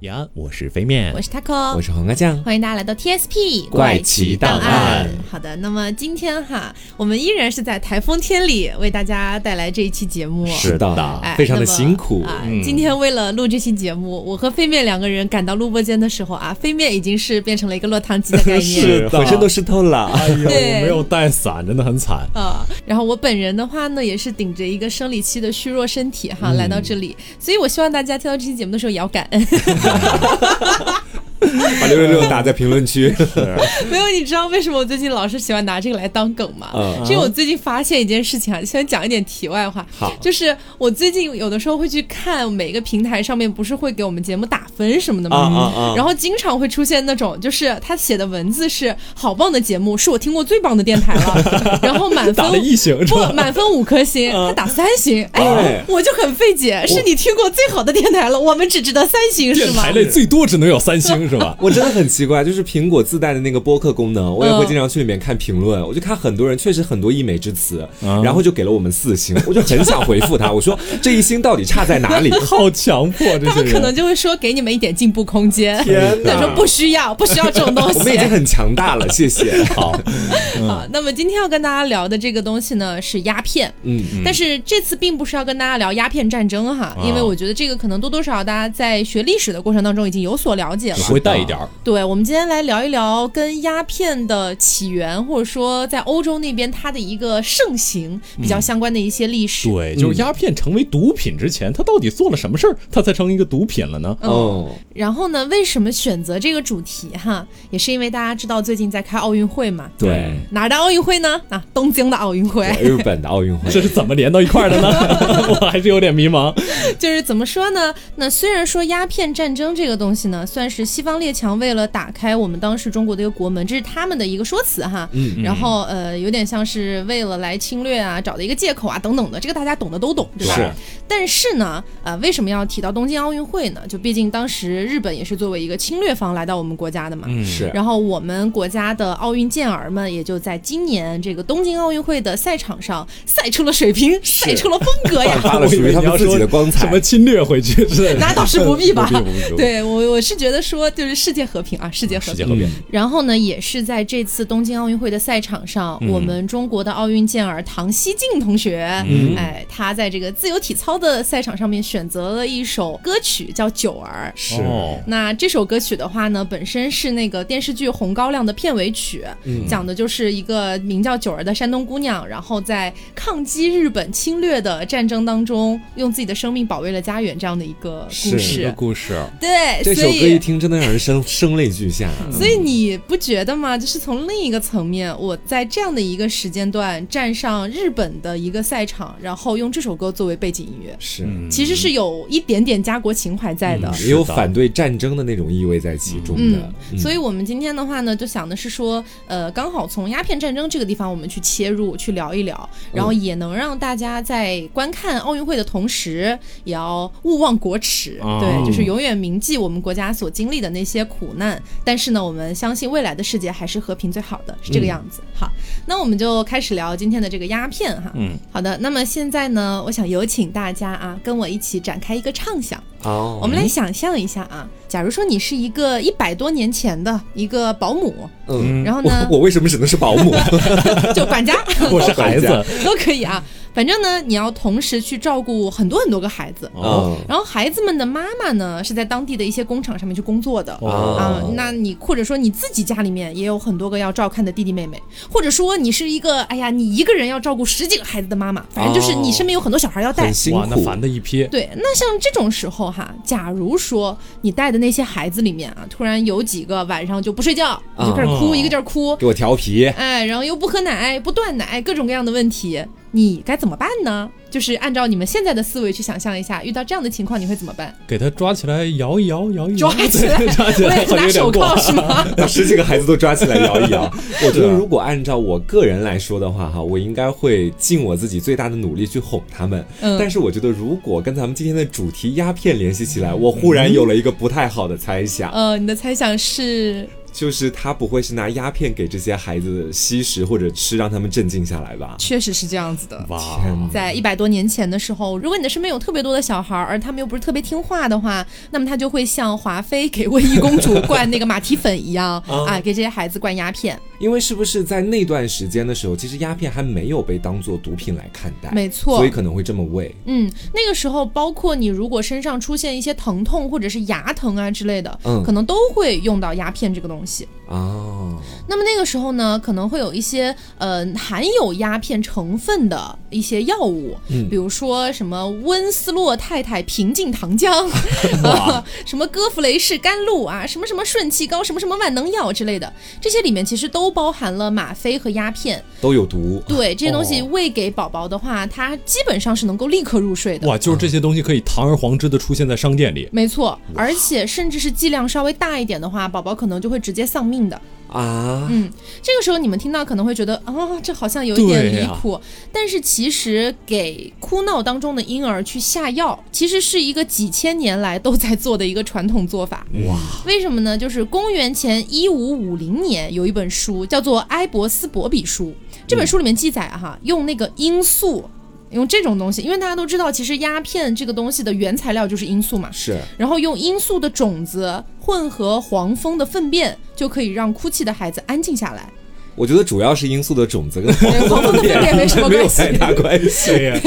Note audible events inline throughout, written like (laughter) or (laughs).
呀，我是飞面我。是 Taco，我是黄瓜酱，欢迎大家来到 TSP 怪奇档案。好的，那么今天哈，我们依然是在台风天里为大家带来这一期节目。是的哎，非常的那么辛苦。嗯啊、今天为了录这期节目，我和飞面两个人赶到录播间的时候啊，飞面已经是变成了一个落汤鸡的概念。 (laughs) 是的，浑身都湿透了。哎呦，对我没有带伞，真的很惨。啊、然后我本人的话呢，也是顶着一个生理期的虚弱身体哈、来到这里，所以我希望大家听到这期节目的时候也要感恩。把六六六打在评论 (laughs) 区。 (laughs) (laughs) 没有，你知道为什么我最近老是喜欢拿这个来当梗吗？嗯是因为我最近发现一件事情啊，先讲一点题外话，好就是我最近有的时候会去看每个平台上面不是会给我们节目打分什么的吗？啊啊啊然后经常会出现那种，就是他写的文字是“好棒的节目，是我听过最棒的电台 (laughs) 了”，然后满打了分一星是不吧嗯满分五颗星，他打三星，哎哎，？我就很费解，是你听过最好的电台了，我们只值得三星是电吗台？类最多只能有三星是吧我真的很奇怪，就是苹果自带的那个播客功能，我也会经常去里面看评论，我就看很多人确实很多溢美之词，嗯然后就给了我们四星， (laughs) 我就很想回复他，我说这一星到底差在 (laughs) 哪里？好强迫这他些们可人能。就会说给你们一点进步空间。天他说哪！不需要，不需要这种东嗯 (laughs) 我们已西经。很强大了，谢谢。好， (laughs) 好，那么今天要跟大家聊的这个东西呢是鸦片，嗯，但是这次并不是要跟大家聊鸦片战争啊哈，因为我觉得这个可能多多少少大家在学历史的过程当中已经有所了解了你。会带一点儿，对，我们今天来聊一聊跟鸦片的起源，或者说在欧洲那边它的一个盛行比嗯较相关的一些历史。对，就是鸦片成为毒品之前，他到底做了什么事儿，他才成一个毒品了嗯呢？哦，然后呢，为什么选择这个主题哈，也是因为大家知道最近在开奥运会嘛。对，哪儿的奥运会呢？啊，东京的奥运会。日本的奥 (laughs) 运会这是怎么连到一块儿的呢？ (laughs) 我还是有点迷茫。就是怎么说呢？那虽然说鸦片战争这个东西呢，算是西方列强为了打开我们当时中国的一个国门，这是他们的一个说辞哈。嗯然后呃，有点像是为了来侵略啊，找的一个借口啊，等等的，这个大家懂的都懂，对吧？是。但是呢，呃，为什么要提到东京奥运会呢？就毕竟当时日本也是作为一个侵略方来到我们国家的嘛。嗯是然后我们国家的奥运健儿们也就在今年这个东京奥运会的赛场上赛出了水平，赛出了风格呀焕！ (laughs) 发了属于他们自己的光彩什么。侵略回去之 (laughs) 类的？那倒是不必吧不必不必不必对我，我是觉得说，就是世界和平啊，世界和世平界。和平，然后呢，也是在这次东京奥运会的赛场上，嗯我们中国的奥运健儿唐熙静同学，嗯哎，他在这个自由体操的赛场上面选择了一首歌曲叫《九儿》。是哦那这首歌曲的话呢，本身是那个电视剧《红高粱》的片尾曲，嗯讲的就是一个名叫九儿的山东姑娘，然后在抗击日本侵略的战争当中，用自己的生命保卫了家园这样的一个故是这事个。故事，对，这首所以。歌一听，真的让人声声泪俱下。啊所以你不觉得吗？就是从另一个层面，我在这样的一个时间段站上日本的一个赛场，然后用这首歌作为背景音乐，是，嗯啊其实嗯是有一点点家国情怀在嗯的。也有反对战争的那种意味在其中的嗯。，所以我们今天的话呢，就想的是说，呃，刚好从鸦片战争这个地方我们去切入，去聊一聊，然后嗯也能让大家在观看奥运会的同时，也要勿忘国耻，哦对，就是永远铭记我们国家所经历的那些苦难。但是呢，我们相信未来的世界还是和平最好的，是这个样子。好，那我们就开始聊今天的这个鸦片哈。嗯，好的，那么现在呢，我想有请大家啊，跟我一起展开一个畅想。哦，我们来想象一下啊，假如说你是一个一百多年前的一个保姆，嗯，然后呢我，我为什么只能 (laughs) 是保姆？就管家 (laughs) 我是孩子，都可以啊，反正呢，你要同时去照顾很多很多个孩子。哦然后孩子们的妈妈呢，是在当地的一些工厂上面去工作的。哦啊、那你或者说你自己家里面也有很多个要照看的弟弟妹妹，或者说你是一个，哎呀，你一个人要照顾十几个孩子的妈妈，反正就是哦你身边有很多小孩要带很，辛哇，那苦。烦的一批，对，那像这种时候哈，假如说你带的那些孩子里面啊，突然有几个晚上就不睡觉，你就开始哭，哦一个劲儿哭，给我调皮，哎，然后又不喝奶、不断奶，各种各样的问题，你该怎么办呢？就是按照你们现在的思维去想象一下，遇到这样的情况你会怎么办？给他抓起来摇一摇，摇一摇，抓起来对 (laughs) 抓起我来，也好像拿有点手过 (laughs) 铐是吗？把十几个孩子都抓起来摇一摇。我觉是得啊如果按照我个人来说的话，哈，我应该会尽我自己最大的努力去哄他们。嗯但是我觉得，如果跟咱们今天的主嗯题鸦片联系起来，我忽然有了一个不太好的猜想。呃，你的猜想是就是他不会是拿鸦片给这些孩子吸食或者吃，让他们镇静下来吧？嗯确实是这样子的。哇，在一百多年前的时候，如果你的身边有特别多的小孩儿，而他们又不是特别听话的话，那么他就会像华妃给卫懿公主灌那个马蹄粉一 (laughs) 样啊，给这些孩子灌鸦片。因为是不是在那段时间的时候，其实鸦片还没有被当做毒品来看待，没错哎所以可能会这么喂。嗯，那个时候，包括你如果身上出现一些疼痛或者是牙疼啊之类的，嗯可能都会用到鸦片这个东西。哦，那么那个时候呢，可能会有一些呃含有鸦片成分的一些药物，嗯比如说什么温斯洛太太平静糖浆， (laughs) 哇 (laughs) 什么戈弗雷氏甘露啊，什么什么顺气膏，什么什么万能药之类的，这些里面其实都包含了吗啡和鸦片。都有毒。对这些东西哦喂给宝宝的话，它基本上是能够立刻入睡的。哇，就是这些东西可以堂而皇之的出现在商店里。没错，而且甚至是剂量稍微大一点的话，宝宝可能就会直接丧命的。啊，嗯，这个时候你们听到可能会觉得啊、这好像有一对点离呀谱，但是其实给哭闹当中的婴儿去下药，其实是一个几千年来都在做的一个传统 (laughs) 做法。哇，为什么呢？就是公元前一五五零年有一本书叫做《埃伯斯伯比书》，这本书里面记载哈、用那个罂粟。用这种东西，因为大家都知道，其实鸦片这个东西的原材料就是罂粟嘛，是然后用罂粟的种子混合黄蜂的粪便，就可以让哭泣的孩子安静下来。我觉得主要是罂粟的种子跟 (laughs) (laughs) 黄蜂的粪便 (laughs) 没 (laughs) 什么没有关系太大关系。 (laughs) 呀，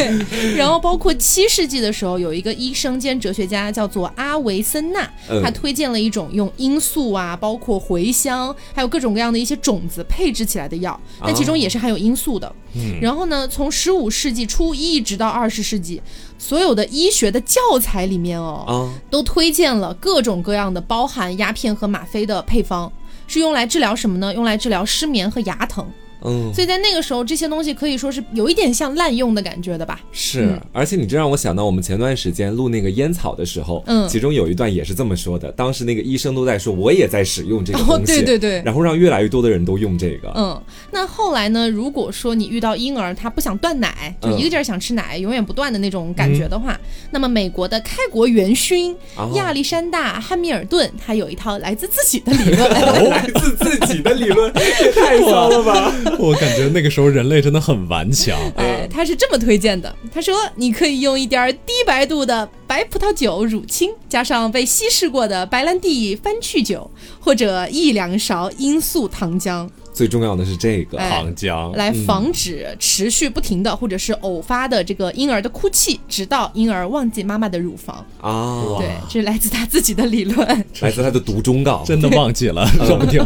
然后包括七世纪的时候，有一个医生兼哲学家叫做阿维森纳，嗯他推荐了一种用罂粟啊，包括茴香，还有各种各样的一些种子配置起来的药，但其中啊也是含有罂粟的。嗯然后呢，从十五世纪初一直到二十世纪，所有的医学的教材里面哦，啊，都推荐了各种各样的包含鸦片和吗啡的配方。是用来治疗什么呢？用来治疗失眠和牙疼，嗯，所以在那个时候，这些东西可以说是有一点像滥用的感觉的吧。是，嗯而且你这让我想到我们前段时间录那个烟草的时候，嗯其中有一段也是这么说的，当时那个医生都在说，我也在使用这个哦东西，对对对然后让越来越多的人都用这个，嗯，那后来呢？如果说你遇到婴儿他不想断奶，就嗯一个劲儿想吃奶，永远不断的那种感觉的话，那么美国的开国元勋、哦亚历山大·汉密尔顿，他有一套来自自己的理 (laughs) 论。 (laughs) 来自自己的理论，也太糟了吧！我感觉那个时候人类真的很顽强。哎，他是这么推荐的。他说，你可以用一点儿低白度的白葡萄酒乳清，加上被稀释过的白兰地番去酒，或者一两勺罂粟糖浆，最重要的是这个，哎糖浆，来防止持续不停的或者是偶发的这个婴儿的哭泣，直到婴儿忘记妈妈的乳房。啊，哇对，这是来自他自己的理论。来自他的毒忠告，真的忘记 (laughs) 了，说不定。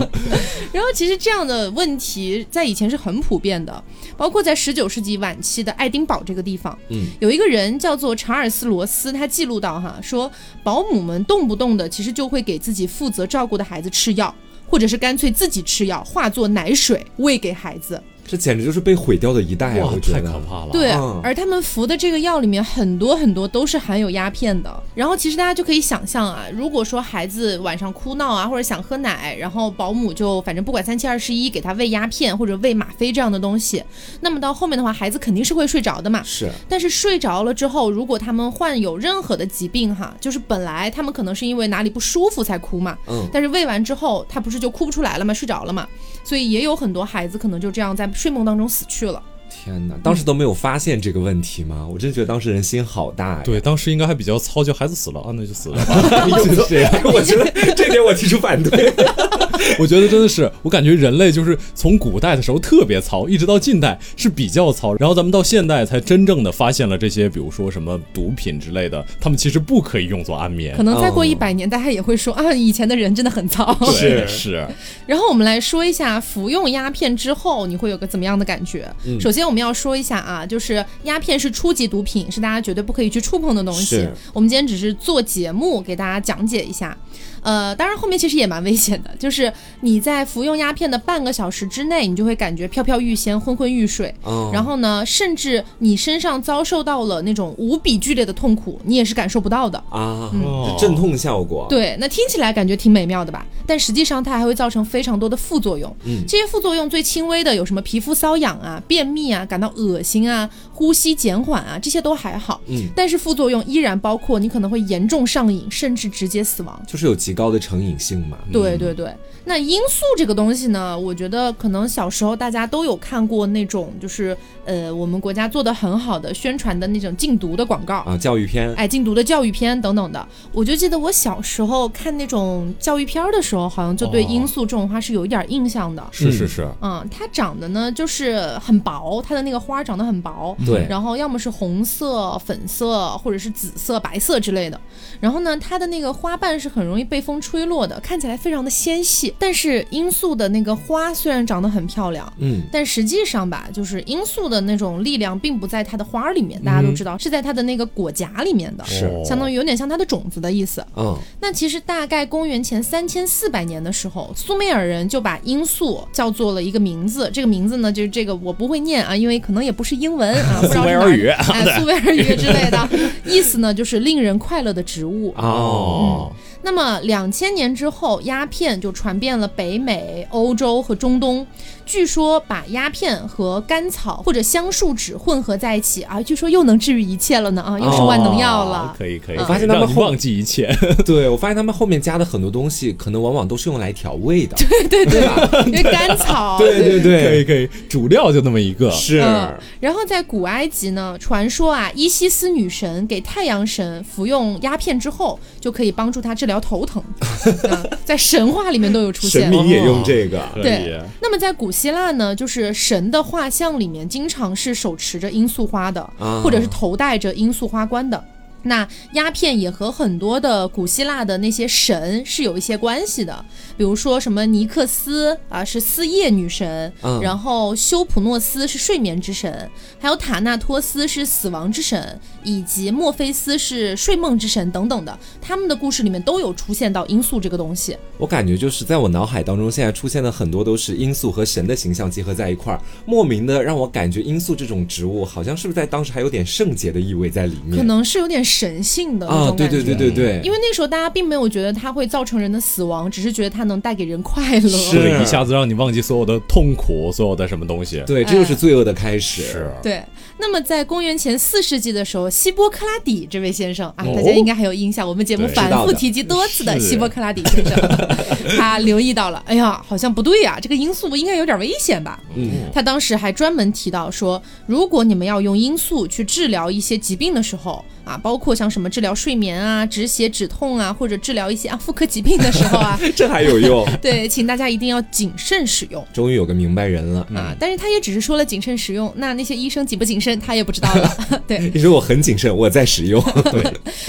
然后其实这样的问题在以前是很普遍的，包括在十九世纪晚期的爱丁堡这个地方，嗯，有一个人叫做查尔斯·罗斯，他记录到哈，说保姆们动不动的其实就会给自己负责照顾的孩子吃药。或者是干脆自己吃药，化作奶水喂给孩子，这简直就是被毁掉的一代啊！哇我，觉太得可怕了。对，啊而他们服的这个药里面很多很多都是含有鸦片的。然后其实大家就可以想象啊，如果说孩子晚上哭闹啊，或者想喝奶，然后保姆就反正不管三七二十一给他喂鸦片或者喂吗啡这样的东西，那么到后面的话，孩子肯定是会睡着的嘛。是但是睡着了之后，如果他们患有任何的疾病哈，就是本来他们可能是因为哪里不舒服才哭嘛，嗯但是喂完之后他不是就哭不出来了嘛，睡着了嘛，所以也有很多孩子可能就这样在睡梦当中死去了。天哪，当时都没有发现这个问题吗？我真觉得当时人心好大呀！对，当时应该还比较糙，就孩子死了啊，那就死了吧。又是这样， (laughs) 啊我觉得这点我提出反对。 (laughs) 我觉得真的是，我感觉人类就是从古代的时候特别糙，一直到近代是比较糙，然后咱们到现代才真正的发现了这些，比如说什么毒品之类的，他们其实不可以用作安眠可。能再过哦一百年，大家也会说啊，以前的人真的很糙。对是是， (laughs) 然后我们来说一下服用鸦片之后你会有个怎么样的感觉。嗯首先我们要说一下啊，就是鸦片是初级毒品，是大家绝对不可以去触碰的东西是。我们今天只是做节目给大家讲解一下。呃，当然后面其实也蛮危险的，就是你在服用鸦片的半个小时之内，你就会感觉飘飘欲仙、昏昏欲睡。哦然后呢，甚至你身上遭受到了那种无比剧烈的痛苦，你也是感受不到的。 (laughs) 啊，哦镇痛效果，对，那听起来感觉挺美妙的吧？但实际上它还会造成非常多的副作用。嗯这些副作用最轻微的有什么皮肤瘙痒啊、便秘啊、感到恶心啊、呼吸减缓啊，这些都还好。嗯，但是副作用依然包括你可能会严重上瘾，甚至直接死亡。就是有极高的成瘾性嘛。对对对，那罂粟这个东西呢，我觉得可能小时候大家都有看过那种，就是呃，我们国家做的很好的宣传的那种禁毒的广告，啊，教育片，哎，禁毒的教育片等等的。我就记得我小时候看那种教育片儿的时候，好像就对哦罂粟这种花是有一点印象的。是是是，嗯，它长得呢就是很薄，它的那个花长得很薄，对，然后要么是红色、粉色，或者是紫色、白色之类的。然后呢，它的那个花瓣是很容易被风吹落的，看起来非常的纤细。但是罂粟的那个花虽然长得很漂亮，嗯，但实际上吧，就是罂粟的那种力量并不在它的花儿里面，大家都知道、是在它的那个果荚里面的，嗯是哦相当于有点像它的种子的意思。嗯，那其实大概公元前三千四百年的时候，苏美尔人就把罂粟叫做了一个名字。这个名字呢，就是这个我不会念啊，因为可能也不是英文 (laughs) 啊，不知道苏维是哪尔语哎，苏维尔语之类的，意思呢就是令人快乐的植物。啊哦， (laughs) 那么两千年之后，鸦片就传遍了北美、欧洲和中东。据说把鸦片和甘草或者香树脂混合在一起啊，据说又能治愈一切了呢啊，又是哦万能药了。嗯可以可以，我发现他们让你后忘记一切，对我发现他们后面加的很多东西，可能往往都是用来调 (laughs) 味的，对对 (laughs) 对，因为甘草。 (laughs) 啊对可以，可以，主料就那么一个，是，嗯，然后在古埃及呢，传说啊，伊西斯女神给太阳神服用鸦片之后，就可以帮助他治疗头 (laughs) 疼，嗯在神话里面都有出现。明这个，可以对，那么在古希腊呢，就是神的画像里面经常是手持着罂粟花的，啊或者是头戴着罂粟花冠的。那鸦片也和很多的古希腊的那些神是有一些关系的，比如说什么尼克斯啊是丝叶女神，嗯然后修普诺斯是睡眠之神，还有塔纳托斯是死亡之神，以及墨菲斯是睡梦之神等等的，他们的故事里面都有出现到罂粟这个东西。我感觉就是在我脑海当中，现在出现的很多都是罂粟和神的形象结合在一块儿，莫名的让我感觉罂粟这种植物好像是不是在当时还有点圣洁的意味在里面？可能是有点神性的那啊，种对感觉。对对对对，因为那时候大家并没有觉得它会造成人的死亡，只是觉得它能带给人快乐。是的，一下子让你忘记所有的痛苦，所有的什么东西，对，这嗯就是罪恶的开始。是，对。那么在公元前四世纪的时候，希波克拉底这位先生啊，哦大家应该还有印象，我们节目对反知道复的提及多次的是希波克拉底先生， (laughs) 他留意到了，哎呀，好像不对啊，这个罂粟应该有点危险吧？嗯，他当时还专门提到说，如果你们要用罂粟去治疗一些疾病的时候啊，包括像什么治疗睡眠啊、止血止痛啊，或者治疗一些啊妇科疾病的时候啊， (laughs) 这还有用。 (laughs) 对，请大家一定要谨慎使用。终于有个明白人了，嗯啊，但是他也只是说了谨慎使用，那那些医生谨不谨慎，他也不知道了。 (laughs) 对，你说我很谨慎，我在使用。对，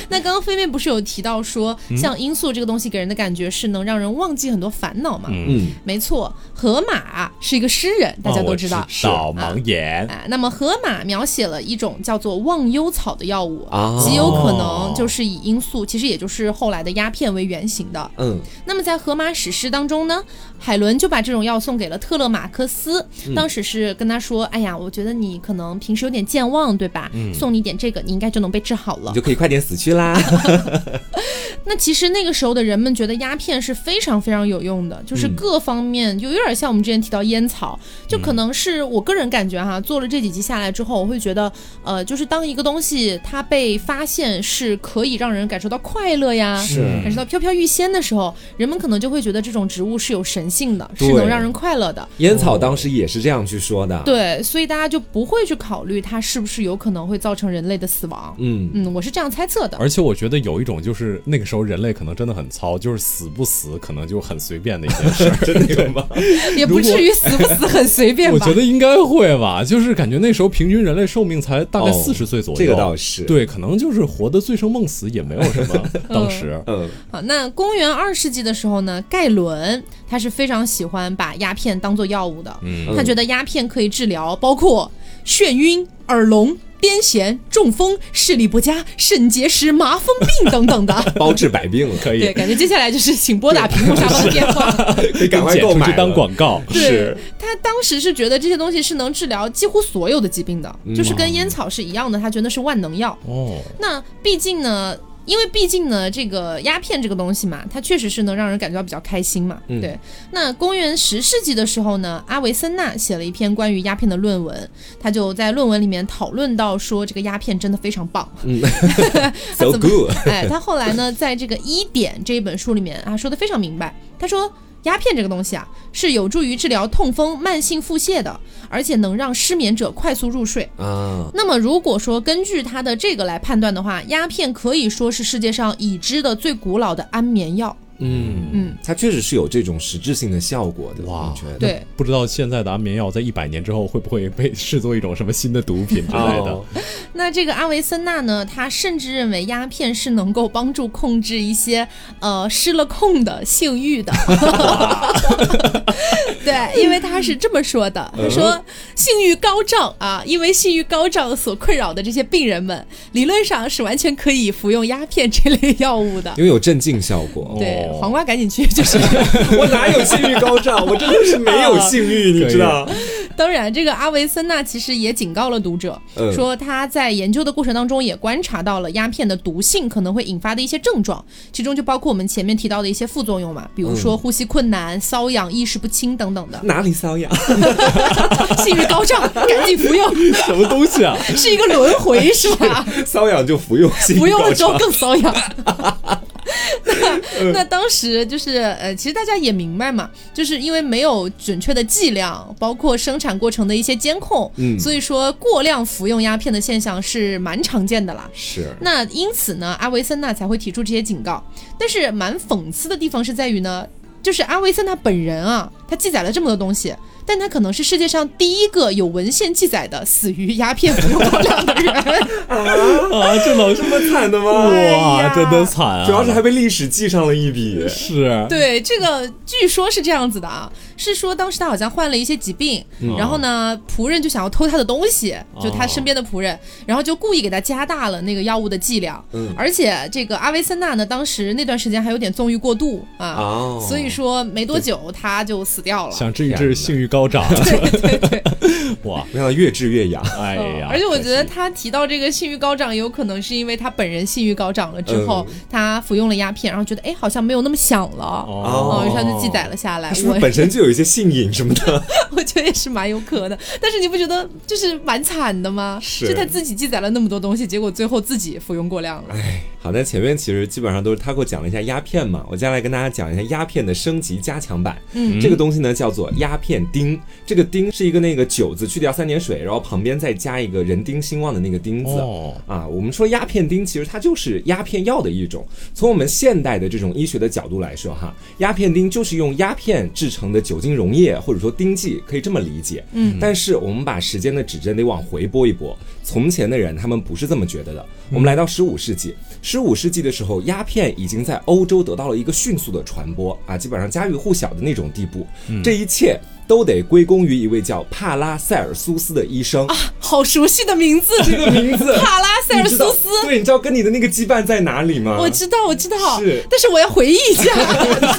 那刚刚菲菲不是有提到说，嗯像罂粟这个东西给人的感觉是能让人忘记很多烦恼嘛？嗯嗯，没错，荷马是一个诗人，大家啊都我知知道。导盲眼，哎，那么河马描写了一种叫做忘忧草的药物，啊哦极有可能就是以罂粟，其实也就是后来的鸦片为原型的。嗯，那么在荷马史诗当中呢，海伦就把这种药送给了特勒马克斯，当时是跟他说：“哎呀，我觉得你可能平时有点健忘，对吧？送你点这个，你应该就能被治好了你就。可以快点死去啦。”哦那其实那个时候的人们觉得鸦片是非常非常有用的，嗯就是各方面就有点像我们之前提到烟草，就可能是我个人感觉嗯哈，做了这几集下来之后，我会觉得，呃，就是当一个东西它被发现是可以让人感受到快乐呀，感受到飘飘欲仙的时候，人们可能就会觉得这种植物是有神性的，是对能让人快乐的。 (laughs) 烟草当时也是这样去说的。，对，所以大家就不会去考虑它是不是有可能会造成人类的死亡。嗯， (laughs) 嗯，我是这样猜测的。而且我觉得有一种就是那个时候人类可能真的很糙，就是死不死可能就很随便的一件 (laughs) 事儿，真的吗？也不至于死不死很随便吧？ (laughs) 我觉得应该会吧，就是感觉那时候平均人类寿命才大概哦四十岁左右，这个倒是对，可能就是活得醉生梦死也没有什 (laughs) 么，当时。嗯，。好，啊那公元二世纪的时候呢，盖伦他是非常喜欢把鸦片当做药物的，嗯他觉得鸦片可以治疗包括眩晕、耳聋、癫痫、中风、视力不佳、肾结石、麻风病等等的包治百病了，可对，以，感觉接下来就是请拨打屏幕上方的电话。可以赶快剪购出买去了当广告， (laughs) 对，他当时是觉得这些东西是能治疗几乎所有的疾病的，就是跟烟草是一样的，他觉得是万能药。哦，那毕竟呢，因为毕竟呢，这个鸦片这个东西嘛，它确实是能让人感觉到比较开心嘛。嗯对。那公元十世纪的时候呢，阿维森纳写了一篇关于鸦片的论文，他就在论文里面讨论到说，这个鸦片真的非常棒。嗯 (laughs) 怎，so 么 good，哎，他后来呢，在这个《一点》这一本书里面啊，说的非常明白。他说，鸦片这个东西啊，是有助于治疗痛风、慢性腹泻的，而且能让失眠者快速入睡。啊，那么，如果说根据他的这个来判断的话，鸦片可以说是世界上已知的最古老的安眠药。嗯嗯，它确实是有这种实质性的效果的，哇我觉得。对，不知道现在的安眠药在一百年之后会不会被视作一种什么新的毒品之类的？哦，那这个阿维森纳呢，他甚至认为鸦片是能够帮助控制一些呃失了控的性欲的。对，因为他是这么说的，他说性欲高涨啊，因为性欲高涨所困扰的这些病人们，理论上是完全可以服用鸦片这类药物的。因为有镇静效果。对，哦黄瓜赶紧去，就是 (laughs) 我哪有性欲高涨？我真的是没啊有性欲，你知道？当然，这个阿维森纳其实也警告了读者，嗯。说他在研究的过程当中也观察到了鸦片的毒性可能会引发的一些症状，其中就包括我们前面提到的一些副作用嘛，比如说呼吸困难、瘙痒、意识不清等等的哪里瘙痒？ (laughs) 性欲高涨，赶紧服用，什么东 (laughs) 西啊？是一个轮回是吧？瘙痒就服用性欲服用高了之后涨更瘙痒。那那当时就是呃，其实大家也明白嘛，就是因为没有准确的剂量，包括生产过程的一些监控，嗯所以说过量服用鸦片的现象是蛮常见的啦。是那因此呢，阿维森纳才会提出这些警告。但是蛮讽刺的地方是在于呢，就是阿维森纳本人啊，他记载了这么多东西，但他可能是世界上第一个有文献记载的死于鸦片服用过量的人。啊，这老师这么惨的吗？哎哇，哎呀真的惨啊！主要是还被历史记上了一笔。是对，这个据说是这样子的啊，是说当时他好像患了一些疾病，嗯然后呢，仆人就想要偷他的东西，哦就他身边的仆人，然后就故意给他加大了那个药物的剂量，嗯而且这个阿维森纳呢，当时那段时间还有点纵欲过度啊，哦所以说没多久他就死掉了。想治一治性欲高涨，对对对，哇，没想到越治越痒。哎嗯呀，而且我觉得他提到这个性欲高涨，有可能是因为他本人性欲高涨了之后，嗯他服用了鸦片，然后觉得哎好像没有那么想了，哦然后他就记载了下来。他是不哎我是本身就有一些性瘾什么的？我觉得也是蛮有可能，但是你不觉得就是蛮惨的吗？是就他自己记载了那么多东西，结果最后自己服用过量了。哎，好，那前面其实基本上都是他给我讲了一下鸦片嘛，我接下来跟大家讲一下鸦片的升级加强版。嗯，这个东西呢叫做鸦片丁，这个丁是一个那个酒字去掉三点水，然后旁边再加一个人丁兴旺的那个丁字。哦啊，我们说鸦片丁其实它就是鸦片药的一种。从我们现代的这种医学的角度来说，哈，鸦片丁就是用鸦片制成的酒精溶液或者说丁剂，可以这么理解。嗯，但是我们把时间的指针得往回拨一拨，从前的人他们不是这么觉得的。我们来到十五世纪，十五世纪的时候，鸦片已经在欧洲得到了一个迅速的传播啊，基本上家喻户晓的那种地步。这一切。都得归功于一位叫帕拉塞尔苏斯的医生，好熟悉的名字， (laughs) 这个名字帕拉塞尔你知道苏斯。对，你知道跟你的那个羁绊在哪里吗？我 (laughs) 知道，我知道，是但是我要回忆一 (laughs) 下。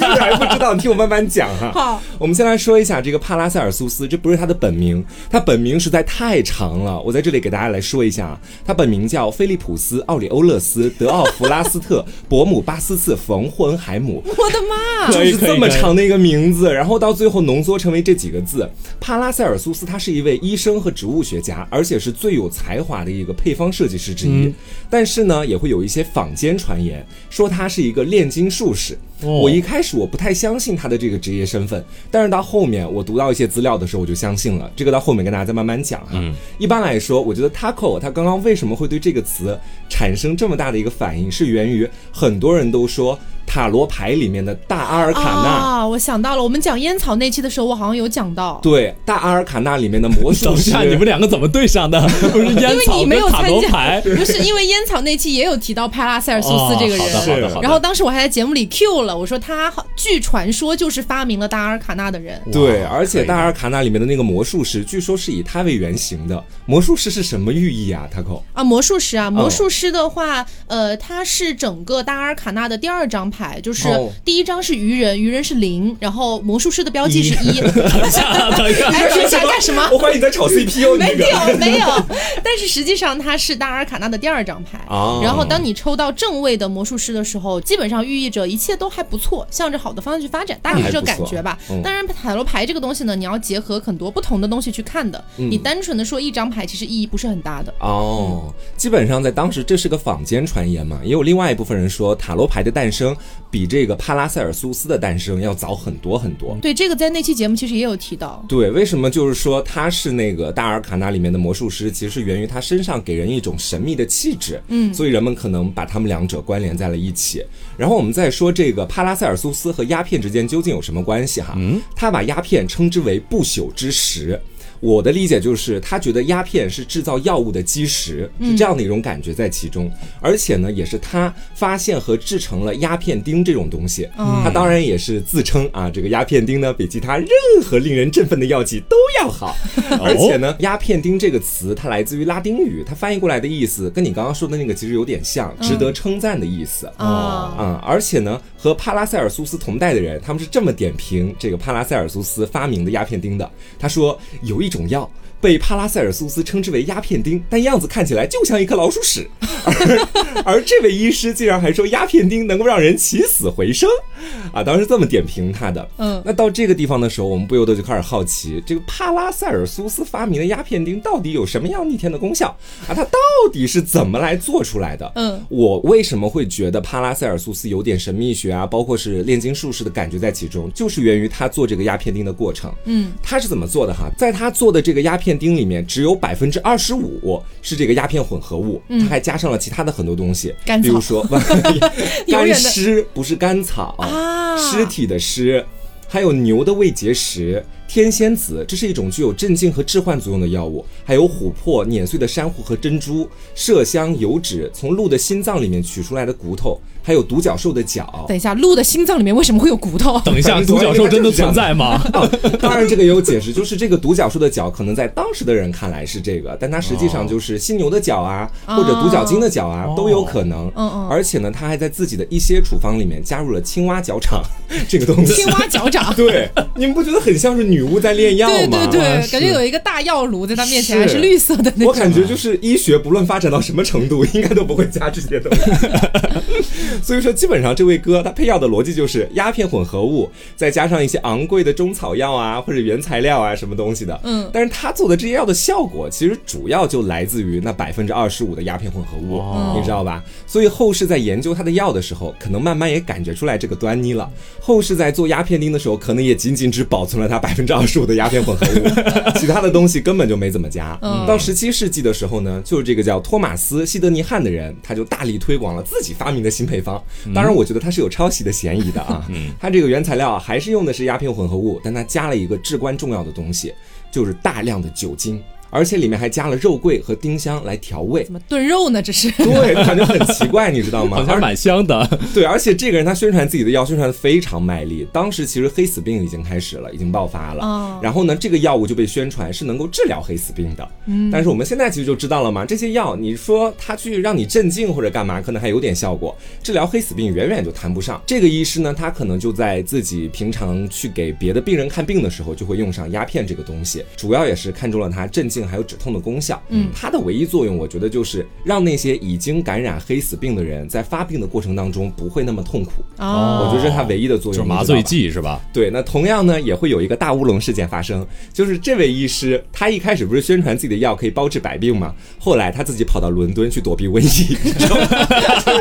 真的还不知道，你听我慢慢讲哈。好，我们先来说一下这个帕拉塞尔苏斯，这不是他的本名，他本名实在太长了，我在这里给大家来说一下啊，他本名叫菲利普斯·奥里欧勒斯·德奥弗拉斯特· (laughs) 伯姆巴斯次·冯混海姆。我的 (laughs) 妈！可就以是可以这么可以长的一个名字，然后到最后浓缩成为这几个字。帕拉塞尔苏斯他是一位医生和植物学家，而且是最有才华的一个配方设计师之一。但是呢，也会有一些坊间传言说他是一个炼金术士。哦我一开始我不太相信他的这个职业身份，但是到后面我读到一些资料的时候，我就相信了。这个到后面跟大家再慢慢讲哈。一般来说，我觉得 taco 他刚刚为什么会对这个词产生这么大的一个反应，是源于很多人都说塔罗牌里面的大阿尔卡纳。啊，我想到了，我们讲烟草那期的时候，我好像有讲到，对，大阿尔卡纳里面的魔 (laughs) 术等一师下，，你们两个怎么对上的？不是因烟为草你没跟有塔参罗加，牌，不是因为烟草那期也有提到帕拉塞尔苏斯这个人。哦好的好的是好的然后当时我还在节目里 Q 了，我说他好据传说就是发明了大阿尔卡纳的人。对，哇而且可以啊大阿尔卡纳里面的那个魔术师，据说是以他为原型的。魔术师是什么寓意啊 (laughs)？Taco 嗯啊，魔术师啊，魔术师的话，呃，他是整个大阿尔卡纳的第二张牌，彩，就是哦第一张是愚人，愚人是零，然后魔术师的标记是 (laughs) 等一。(laughs) 一下，等一下， (laughs) 哎，等一下干什么？我怀疑你在炒 CPU，(laughs) 你没这个有没有，但是实际上它是大阿尔卡纳的第二张牌。哦然后当你抽到正位的魔术师的时候，基本上寓意着一切都还不错，向着好的方向去发展，大概是这个感觉吧那还不错嗯。当然，塔罗牌这个东西呢，你要结合很多不同的东西去看的。嗯你单纯的说一张牌，其实意义不是很大的。哦，基本上在当时这是个坊间传言嘛，也有另外一部分人说塔罗牌的诞生比这个帕拉塞尔苏斯的诞生要早很多很多。对，这个在那期节目其实也有提到。对，为什么就是说他是那个大尔卡纳里面的魔术师，其实是源于他身上给人一种神秘的气质，嗯，所以人们可能把他们两者关联在了一起。然后我们再说这个帕拉塞尔苏斯和鸦片之间究竟有什么关系哈？嗯，他把鸦片称之为不朽之石。我的理解就是，他觉得鸦片是制造药物的基石，是这样的一种感觉在其中。而且呢，也是他发现和制成了鸦片钉这种东西。嗯他当然也是自称啊，这个鸦片钉呢比其他任何令人振奋的药剂都要好。 (laughs) 而且呢，鸦片钉这个词它来自于拉丁语，它翻译过来的意思跟你刚刚说的那个其实有点像，值得称赞的意思。啊，啊、而且呢，和帕拉塞尔苏斯同代的人，他们是这么点评这个帕拉塞尔苏斯发明的鸦片钉的。他说，有一种药被帕拉塞尔苏斯称之为鸦片钉，但样子看起来就像一颗老鼠屎。而 (laughs) 而这位医师竟然还说鸦片钉能够让人起死回生，啊，当时这么点评他的。嗯那到这个地方的时候，我们不由得就开始好奇，这个帕拉塞尔苏斯发明的鸦片钉到底有什么样逆天的功效啊？它到底是怎么来做出来的？嗯，我为什么会觉得帕拉塞尔苏斯有点神秘学啊，包括是炼金术士的感觉在其中，就是源于他做这个鸦片钉的过程。嗯，他是怎么做的哈？在他做的这个鸦片钉里面，只有百分之二十五是这个鸦片混合物，他还加上了其他的很多东西，甘比草如说 (laughs) (laughs) 永干远的尸不是甘草啊尸体的尸，还有牛的胃结石。天仙子，这是一种具有镇静和致幻作用的药物，还有琥珀、碾碎的珊瑚和珍珠、麝香、油脂，从鹿的心脏里面取出来的骨头，还有独角兽的角。等一下，鹿的心脏里面为什么会有骨头？等一下，独角兽真的存在 (laughs) 吗？啊， (laughs) 当然，这个也有解释，就是这个独角兽的角，可能在当时的人看来是这个，但它实际上就是犀牛的角啊，哦或者独角鲸的角啊哦，都有可能。嗯嗯而且呢，他还在自己的一些处方里面加入了青蛙脚掌这个东 (laughs) 西。。青蛙脚掌 (laughs) 对，你们不觉得很像是女巫在炼药对吗？对对啊，感觉有。一个大药炉在他面前，是还是绿色的那是种。啊我感觉就是医学，不论发展到什么程度，应该都不会加这些东 (laughs) 西。所以说，基本上这位哥他配药的逻辑就是鸦片混合物，再加上一些昂贵的中草药啊或者原材料啊什么东西的。嗯但是他做的这些药的效果，其实主要就来自于那百分之二十五的鸦片混合物，哦你知道吧？所以后世在研究他的药的时候，可能慢慢也感觉出来这个端倪了。后世在做鸦片钉的时候，可能也仅仅只保存了它百分之二十五的鸦片混合 (laughs) 物，其他的东西根本就没怎么加。嗯到十七世纪的时候呢，就是这个叫托马斯·西德尼汉的人，他就大力推广了自己发明的新配方。嗯当然，我觉得他是有抄袭的嫌疑的 (laughs) 啊。他这个原材料啊还是用的是鸦片混合物，但他加了一个至关重要的东西，就是大量的酒精，而且里面还加了肉桂和丁香来调味怎。么炖肉呢？这 (laughs) 是。对，感觉很奇怪，你知道 (laughs) 吗？好像蛮香的。对，而且这个人他宣传自己的药宣传的非常卖力，当时其实黑死病已经开始了，已经爆发了。哦然后呢，这个药物就被宣传是能够治疗黑死病的。嗯，但是我们现在其实就知道了嘛，这些药你说它去让你镇静或者干嘛，可能还有点效果，治疗黑死病远远就谈不上。这个医师呢，他可能就在自己平常去给别的病人看病的时候，就会用上鸦片这个东西，主要也是看中了它镇静还有止痛的功效。嗯，它的唯一作用，我觉得就是让那些已经感染黑死病的人在发病的过程当中不会那么痛苦。哦，我觉得这是它唯一的作就用，是麻你知道吧醉剂是吧？对，那同样呢，也会有一个大乌龙事件发生，就是这位医师，他一开始不是宣传自己的药可以包治百病吗？后来他自己跑到伦敦去躲避瘟疫，你知道吗？就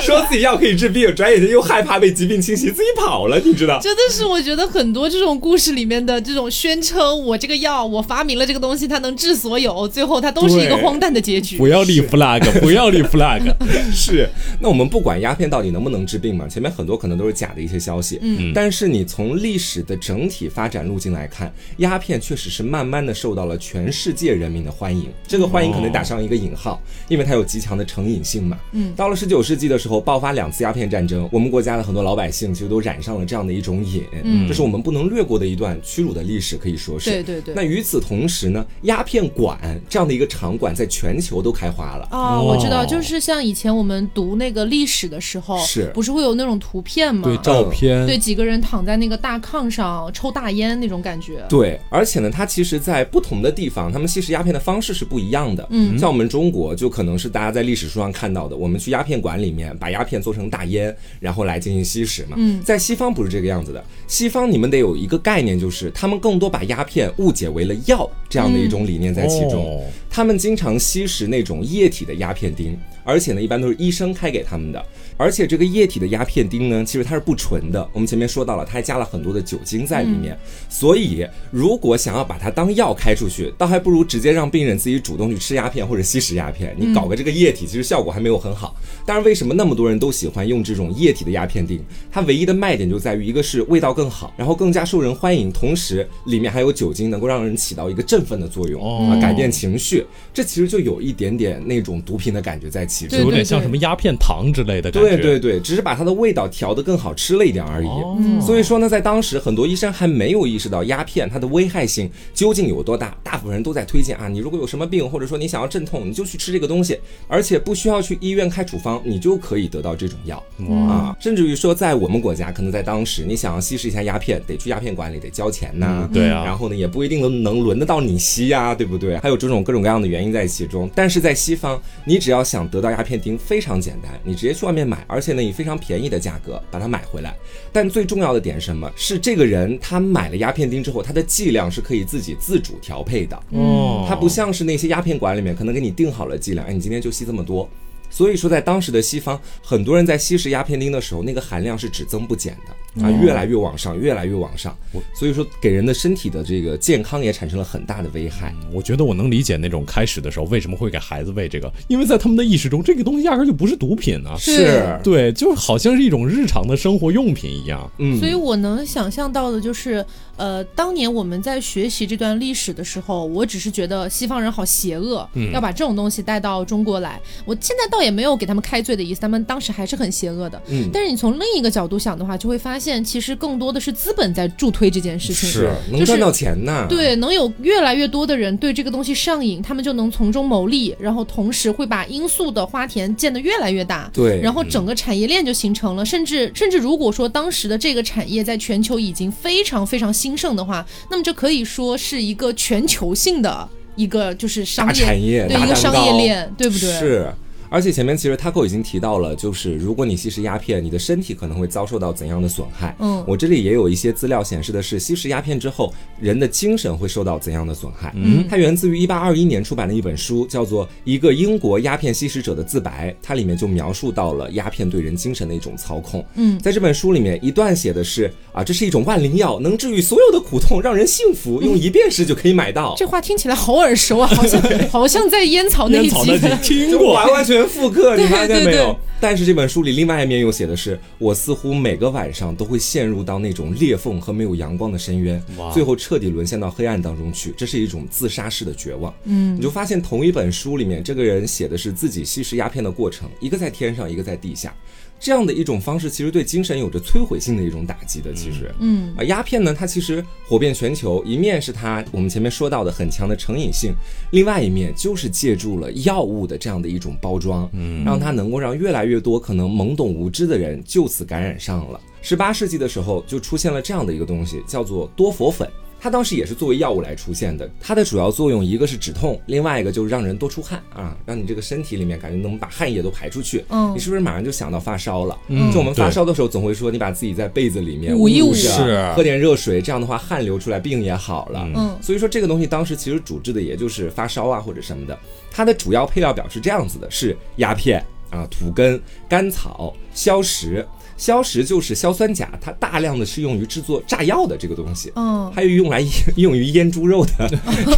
是说自己药可以治病，转眼间又害怕被疾病侵袭，自己跑了，你知道？真的是，我觉得很多这种故事里面的这种宣称，我这个药，我发明了这个东西，它能治所有，最后它都是一个对荒诞的结局。不要立 flag，不要立 flag。 (laughs) (laughs) 是，那我们不管鸦片到底能不能治病嘛，前面很多可能都是假的一些消息，嗯，但是你从历史的整体发展路径来看，鸦片确实是慢慢的受到了全世界人民的欢迎，这个欢迎可能打上一个引号，因为它有极强的成瘾性嘛，嗯，到了十九世纪的时候，候爆发两次鸦片战争，我们国家的很多老百姓其实都染上了这样的一种瘾，嗯，这是我们不能略过的一段屈辱的历史，可以说是。对对对那与此同时呢，鸦片馆这样的一个场馆在全球都开花了。哦，哦我知道，就是像以前我们读那个历史的时候，是不是会有那种图片吗？对照片，对几个人躺在那个大炕上抽大烟那种感觉。对，而且呢，它其实，在不同的地方，他们吸食鸦片的方式是不一样的。嗯，像我们中国，就可能是大家在历史书上看到的，我们去鸦片馆里面把鸦片做成大烟，然后来进行吸食嘛。嗯，在西方不是这个样子的，西方你们得有一个概念，就是他们更多把鸦片误解为了药这样的一种理念在其中。哦他们经常吸食那种液体的鸦片钉，而且呢，一般都是医生开给他们的。而且这个液体的鸦片钉呢，其实它是不纯的。我们前面说到了，它还加了很多的酒精在里面。所以，如果想要把它当药开出去，倒还不如直接让病人自己主动去吃鸦片或者吸食鸦片。你搞个这个液体，其实效果还没有很好。但是为什么那么多人都喜欢用这种液体的鸦片钉？它唯一的卖点就在于，一个是味道更好，然后更加受人欢迎，同时里面还有酒精，能够让人起到一个振奋的作用、哦啊，改变情绪。这其实就有一点点那种毒品的感觉在其中。就有对对点像什么鸦片糖之类的感觉。对对对，只是把它的味道调得更好吃了一点而已。哦所以说呢，在当时很多医生还没有意识到鸦片它的危害性究竟有多大，大部分人都在推荐啊，你如果有什么病，或者说你想要镇痛，你就去吃这个东西，而且不需要去医院开处方，你就可以得到这种药嗯嗯啊。甚至于说，在我们国家，可能在当时你想要吸食一下鸦片，得去鸦片馆里得交钱呐、嗯对啊然后呢，也不一定能能轮得到你吸呀、对不对？还有这种各种各样的原因在其中。但是在西方，你只要想得到鸦片钉，非常简单，你直接去外面买，而且呢，以非常便宜的价格把它买回来。但最重要的点是什么？是这个人他买了鸦片钉之后，他的剂量是可以自己自主调配的。哦，嗯它不像是那些鸦片馆里面可能给你定好了剂量，哎，你今天就吸这么多。所以说，在当时的西方，很多人在吸食鸦片钉的时候，那个含量是只增不减的啊，越来越往上，越来越往上。所以说，给人的身体的这个健康也产生了很大的危害。嗯我觉得我能理解那种开始的时候为什么会给孩子喂这个，因为在他们的意识中，这个东西压根儿就不是毒品啊，是，对，就好像是一种日常的生活用品一样。嗯所以我能想象到的就是，呃，当年我们在学习这段历史的时候，我只是觉得西方人好邪恶，嗯要把这种东西带到中国来。我现在倒也没有给他们开罪的意思，他们当时还是很邪恶的。嗯但是你从另一个角度想的话，就会发现其实更多的是资本在助推这件事情。是就能是赚到钱呐。。对，能有越来越多的人对这个东西上瘾，他们就能从中牟利，然后同时会把罂粟的花田建得越来越大。对然后整个产业链就形成了，甚至甚至如果说当时的这个产业在全球已经非常非常兴盛的话，那么这可以说是一个全球性的一个就是商大业产业，对大一个蛋商糕业链，对不对？是。而且前面其实 Taco 已经提到了，就是如果你吸食鸦片，你的身体可能会遭受到怎样的损害？嗯我这里也有一些资料显示的是，吸食鸦片之后，人的精神会受到怎样的损害？嗯，它源自于一八二一年出版的一本书，叫做《一个英国鸦片吸食者的自白》，它里面就描述到了鸦片对人精神的一种操控。嗯在这本书里面一段写的是啊，这是一种万灵药，能治愈所有的苦痛，让人幸福，用一遍时就可以买到。这话听起来好耳熟啊，好像好像在烟草那一烟草集那 (laughs) 你听过完完全复刻，你发现对没对有？但是这本书里另外一面又写的是，我似乎每个晚上都会陷入到那种裂缝和没有阳光的深渊哇，最后彻底沦陷到黑暗当中去。这是一种自杀式的绝望。嗯你就发现同一本书里面，这个人写的是自己吸食鸦片的过程，一个在天上，一个在地下。这样的一种方式，其实对精神有着摧毁性的一种打击的。其实，嗯啊，鸦片呢，它其实火遍全球，一面是它我们前面说到的很强的成瘾性，另外一面就是借助了药物的这样的一种包装，嗯，让它能够让越来越多可能懵懂无知的人就此感染上了。十八世纪的时候，就出现了这样的一个东西，叫做多佛粉。它当时也是作为药物来出现的，它的主要作用一个是止痛，另外一个就是让人多出汗啊，让你这个身体里面感觉能把汗液都排出去。嗯你是不是马上就想到发烧了？嗯，就我们发对烧的时候总会说你把自己在被子里面捂一捂着是喝点热水，这样的话汗流出来，病也好了。嗯所以说这个东西当时其实主治的也就是发烧啊或者什么的，它的主要配料表是这样子的：是鸦片啊、土根、甘草、硝石。硝石就是硝酸钾，它大量的是用于制作炸药的这个东西。嗯还有用来用于腌猪肉的，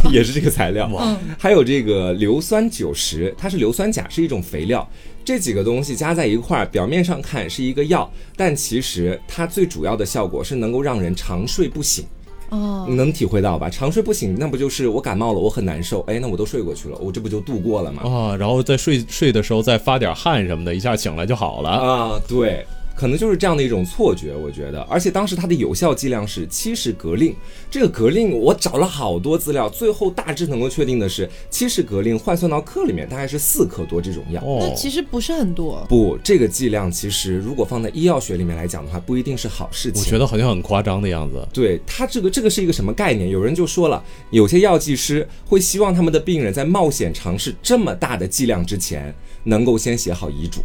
也是这个材料。还有这个硫酸九十，它是硫酸钾，是一种肥料。这几个东西加在一块儿，表面上看是一个药，但其实它最主要的效果是能够让人长睡不醒。哦，你能体会到吧？长睡不醒，那不就是我感冒了，我很难受，哎，那我都睡过去了，我这不就度过了吗？啊，然后在睡睡的时候再发点汗什么的，一下醒来就好了。啊，对，可能就是这样的一种错觉，我觉得。而且当时它的有效剂量是七十格令，这个格令我找了好多资料，最后大致能够确定的是，七十格令换算到克里面大概是四克多这种药。那哦，其实不是很多。不，这个剂量其实如果放在医药学里面来讲的话，不一定是好事情。我觉得好像很夸张的样子。对他这个这个是一个什么概念？有人就说了，有些药剂师会希望他们的病人在冒险尝试这么大的剂量之前，能够先写好遗嘱。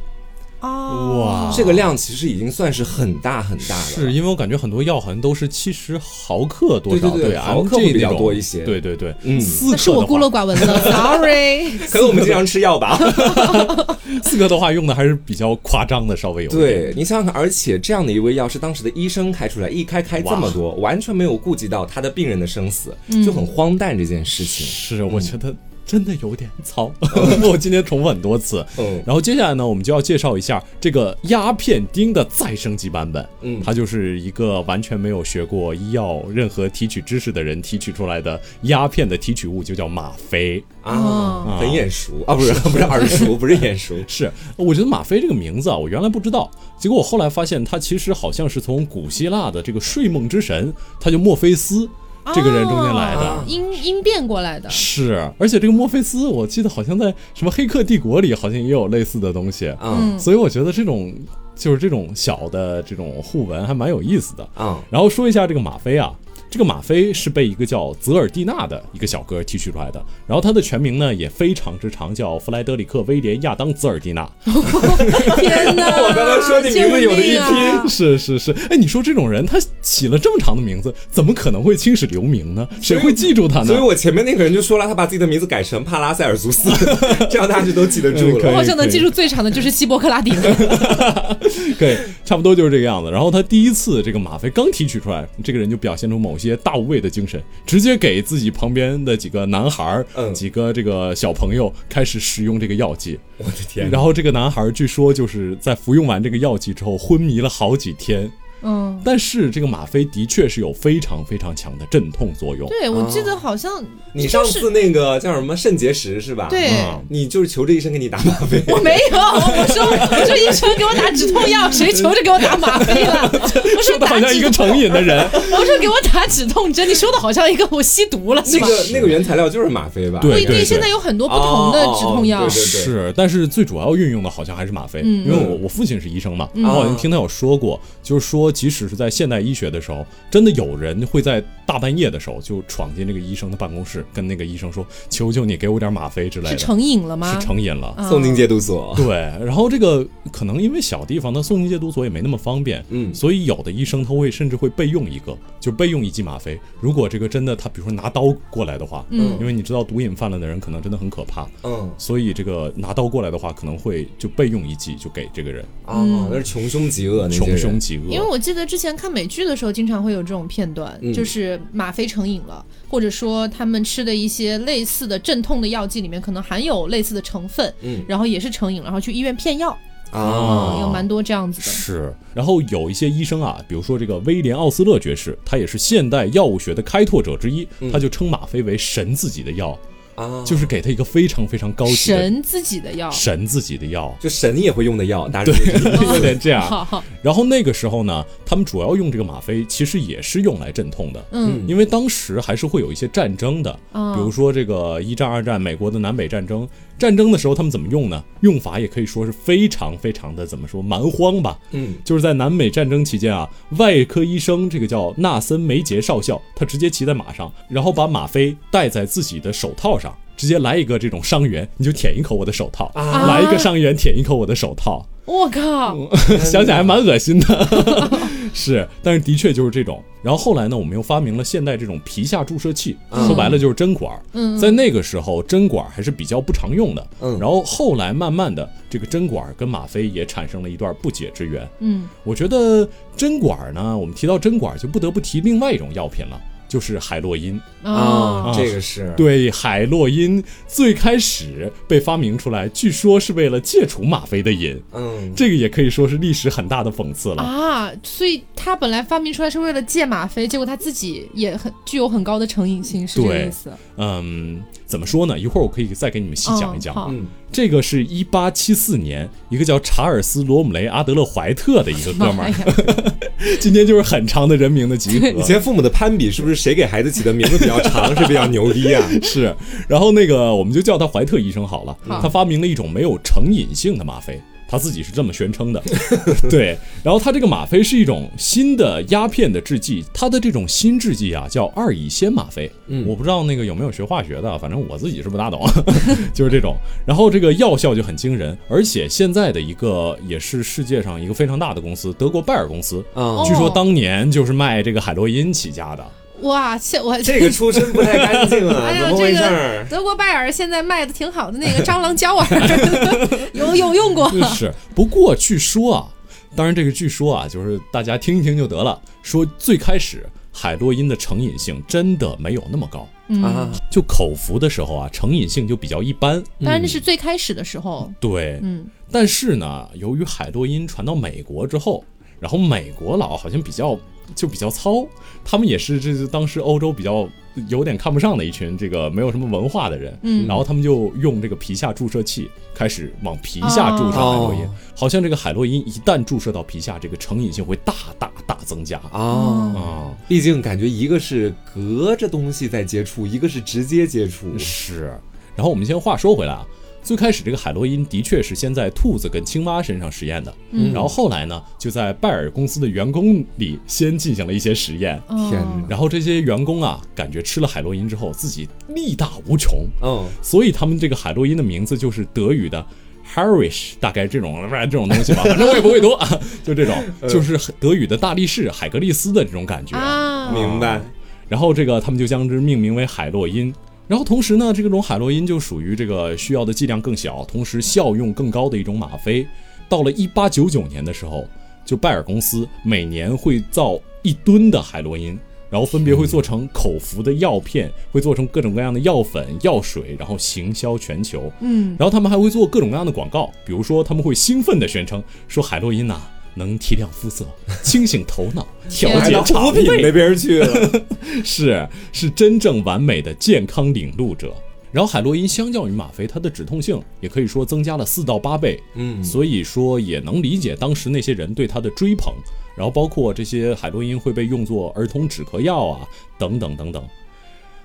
哦，哇这个量其实已经算是很大很大了。是因为我感觉很多药好像都是七十毫克多少，对对对毫克 MG 会比较那种多一些对对对，嗯四那是克我的孤陋话，寡闻了，sorry。 (laughs) 可能我们经常吃药吧。四克的话用的还是比较夸张的，稍微有一点。 (laughs) 对你想想看，而且这样的一味药是当时的医生开出来，一开开这么多，完全没有顾及到他的病人的生死，就很荒诞这件事情。是，我觉得真的有点 (laughs) 糙。 (laughs) 我今天重复很多次。嗯然后接下来呢，我们就要介绍一下这个鸦片丁的再升级版本。嗯它就是一个完全没有学过医药任何提取知识的人提取出来的鸦片的提取物，就叫吗啡。啊，很眼熟啊，不是 (laughs) 不是耳熟，不是眼熟。是，我觉得吗啡这个名字啊，我原来不知道，结果我后来发现，它其实好像是从古希腊的这个睡梦之神，他就墨菲斯这个人中间来的。哦音音变过来的。是，而且这个墨菲斯，我记得好像在什么《黑客帝国》里好像也有类似的东西，嗯所以我觉得这种就是这种小的这种互文还蛮有意思的。啊然后说一下这个吗啡啊，这个吗啡是被一个叫泽尔蒂娜的一个小哥提取出来的，然后他的全名呢也非常之长，叫弗莱德里克·威廉·亚当·泽尔蒂 (laughs) 娜。天哪！我刚刚说你名字有的救一命啊 (laughs) 是是是，哎，你说这种人他起了这么长的名字，怎么可能会青史留名呢？谁会记住他呢？所以我前面那个人就说了，他把自己的名字改成帕拉塞尔苏 (laughs) 斯，这样大家就都记得住嗯可了以。我好像能记住最长的就是希波克拉底了。 (laughs) 对，差不多就是这个样子。然后他第一次这个吗啡刚提取出来，这个人就表现出某些大无畏的精神，直接给自己旁边的几个男孩儿、嗯几个这个小朋友开始使用这个药剂。我的天，然后这个男孩儿据说就是在服用完这个药剂之后昏迷了好几天。嗯，但是这个吗啡的确是有非常非常强的镇痛作用。对，我记得好像哦你上就次是那个叫什么肾结石是吧？啊对，嗯你就是求着医生给你 (laughs) 打吗啡。我没有，我说我说医生给我打止痛药，谁求着给我打吗啡 (laughs) 了？我说说的打好像一个止痛，成瘾的人。我说给我打止痛针，你说的好像一个我吸毒了是那吧？个那个原材料就是吗啡吧？对不一对定，现在有很多不同的止痛哦哦药哦对。对是，但是最主要运用的好像还是吗啡，嗯因为我我父亲是医生嘛，我好像听他有说过，就是说即使是在现代医学的时候，真的有人会在大半夜的时候就闯进这个医生的办公室，跟那个医生说：“求求你给我点吗啡之类是的。”成瘾了吗？是成瘾了。啊送进戒毒所。对，然后这个可能因为小地方，它送进戒毒所也没那么方便，嗯所以有的医生他会甚至会备用一个，就备用一剂吗啡。如果这个真的他比如说拿刀过来的话，嗯因为你知道毒瘾犯了的人可能真的很可怕，嗯所以这个拿刀过来的话，可能会就备用一剂就给这个人，啊，那是穷凶极恶那些穷人凶极恶。因为我记得之前看美剧的时候，经常会有这种片段，嗯就是吗啡成瘾了，或者说他们吃的一些类似的镇痛的药剂里面可能含有类似的成分，嗯然后也是成瘾了，然后去医院骗药，啊嗯，有蛮多这样子的。是，然后有一些医生啊，比如说这个威廉·奥斯勒爵士，他也是现代药物学的开拓者之一，他就称吗啡为神自己的药，啊，就是给他一个非常非常高级的神自己的药，神自己的药，就神也会用的药，打对 (laughs) 哦有点这样。好好，然后那个时候呢，他们主要用这个吗啡，其实也是用来镇痛的，嗯因为当时还是会有一些战争的，嗯比如说这个一战、二战，美国的南北战争。战争的时候他们怎么用呢？用法也可以说是非常非常的怎么说蛮荒吧。嗯，就是在南美战争期间啊，外科医生这个叫纳森梅杰少校，他直接骑在马上，然后把吗啡戴在自己的手套上，直接来一个这种伤员，你就舔一口我的手套，啊来一个伤员舔一口我的手套。我靠，想起来还蛮恶心的， (laughs) 是，但是的确就是这种。然后后来呢，我们又发明了现代这种皮下注射器，说白了就是针管儿。嗯在那个时候，针管儿还是比较不常用的。嗯然后后来慢慢的，这个针管儿跟吗啡也产生了一段不解之缘。嗯我觉得针管儿呢，我们提到针管儿就不得不提另外一种药品了，就是海洛因。嗯啊哦，这个是对，海洛因最开始被发明出来，据说是为了戒除吗啡的瘾，嗯，这个也可以说是历史很大的讽刺了。啊，所以他本来发明出来是为了戒吗啡，结果他自己也很具有很高的成瘾性，是这个对意思。嗯，怎么说呢？一会儿我可以再给你们细讲一讲。嗯好嗯这个是一八七四年，一个叫查尔斯·罗姆雷·阿德勒怀特的一个 (laughs) 哥们妈儿，哎呀，今天就是很长的人名的集合。以前父母的攀比是不是谁给孩子起的名字比较长是比较牛逼啊？ (laughs) 是，然后那个我们就叫他怀特医生好了。好他发明了一种没有成瘾性的吗啡，他自己是这么宣 (laughs) 称的。对，然后他这个吗啡是一种新的鸦片的制剂，它的这种新制剂啊叫二乙酰吗啡。嗯，我不知道那个有没有学化学的啊，反正我自己是不大懂， (laughs) 就是这种。然后这个药效就很惊人，而且现在的一个也是世界上一个非常大的公司，德国拜耳公司。啊，据说哦当年就是卖这个海洛因起家的，哇，现我这个出身不太干净啊， (laughs) 哎呀怎么回事儿？德国拜耳现在卖的挺好的那个蟑螂 (laughs) 胶儿，有有用过。 (laughs) 是，不过据说啊，当然这个据说啊，就是大家听一听就得了。说最开始海洛因的成瘾性真的没有那么高，嗯啊，就口服的时候啊，成瘾性就比较一般。当嗯然，这是最开始的时候，对，嗯，但是呢，由于海洛因传到美国之后，然后美国佬好像比较就比较糙，他们也是这是当时欧洲比较有点看不上的一群这个没有什么文化的人，嗯然后他们就用这个皮下注射器开始往皮下注射海洛因，哦好像这个海洛因一旦注射到皮下，这个成瘾性会大大大增加啊。啊，毕竟感觉一个是隔着东西在接触，一个是直接接触。是。然后我们先话说回来啊，最开始这个海洛因的确是先在兔子跟青蛙身上实验的，嗯然后后来呢，就在拜耳公司的员工里先进行了一些实验。哦天哪然后这些员工啊，感觉吃了海洛因之后自己力大无穷，嗯，所以他们这个海洛因的名字就是德语的 Harish，大概这种这种东西吧，反正我也不会读啊，就这种，就是德语的大力士、海格力斯的这种感觉。啊，明白。然后这个他们就将之命名为海洛因。然后同时呢，这个种海洛因就属于这个需要的剂量更小，同时效用更高的一种吗啡。到了一八九九年的时候，就拜耳公司每年会造一吨的海洛因，然后分别会做成口服的药片，会做成各种各样的药粉、药水，然后行销全球。嗯，然后他们还会做各种各样的广告，比如说他们会兴奋地宣称说海洛因呐、能提亮肤色、清醒头脑、调天啊还节到护肠肤品胃那，边去了。是是真正完美的健康领路者。然后海洛因相较于吗啡，它的止痛性也可以说增加了四到八倍，嗯所以说也能理解当时那些人对它的追捧。然后包括这些海洛因会被用作儿童止咳药啊，等等等等。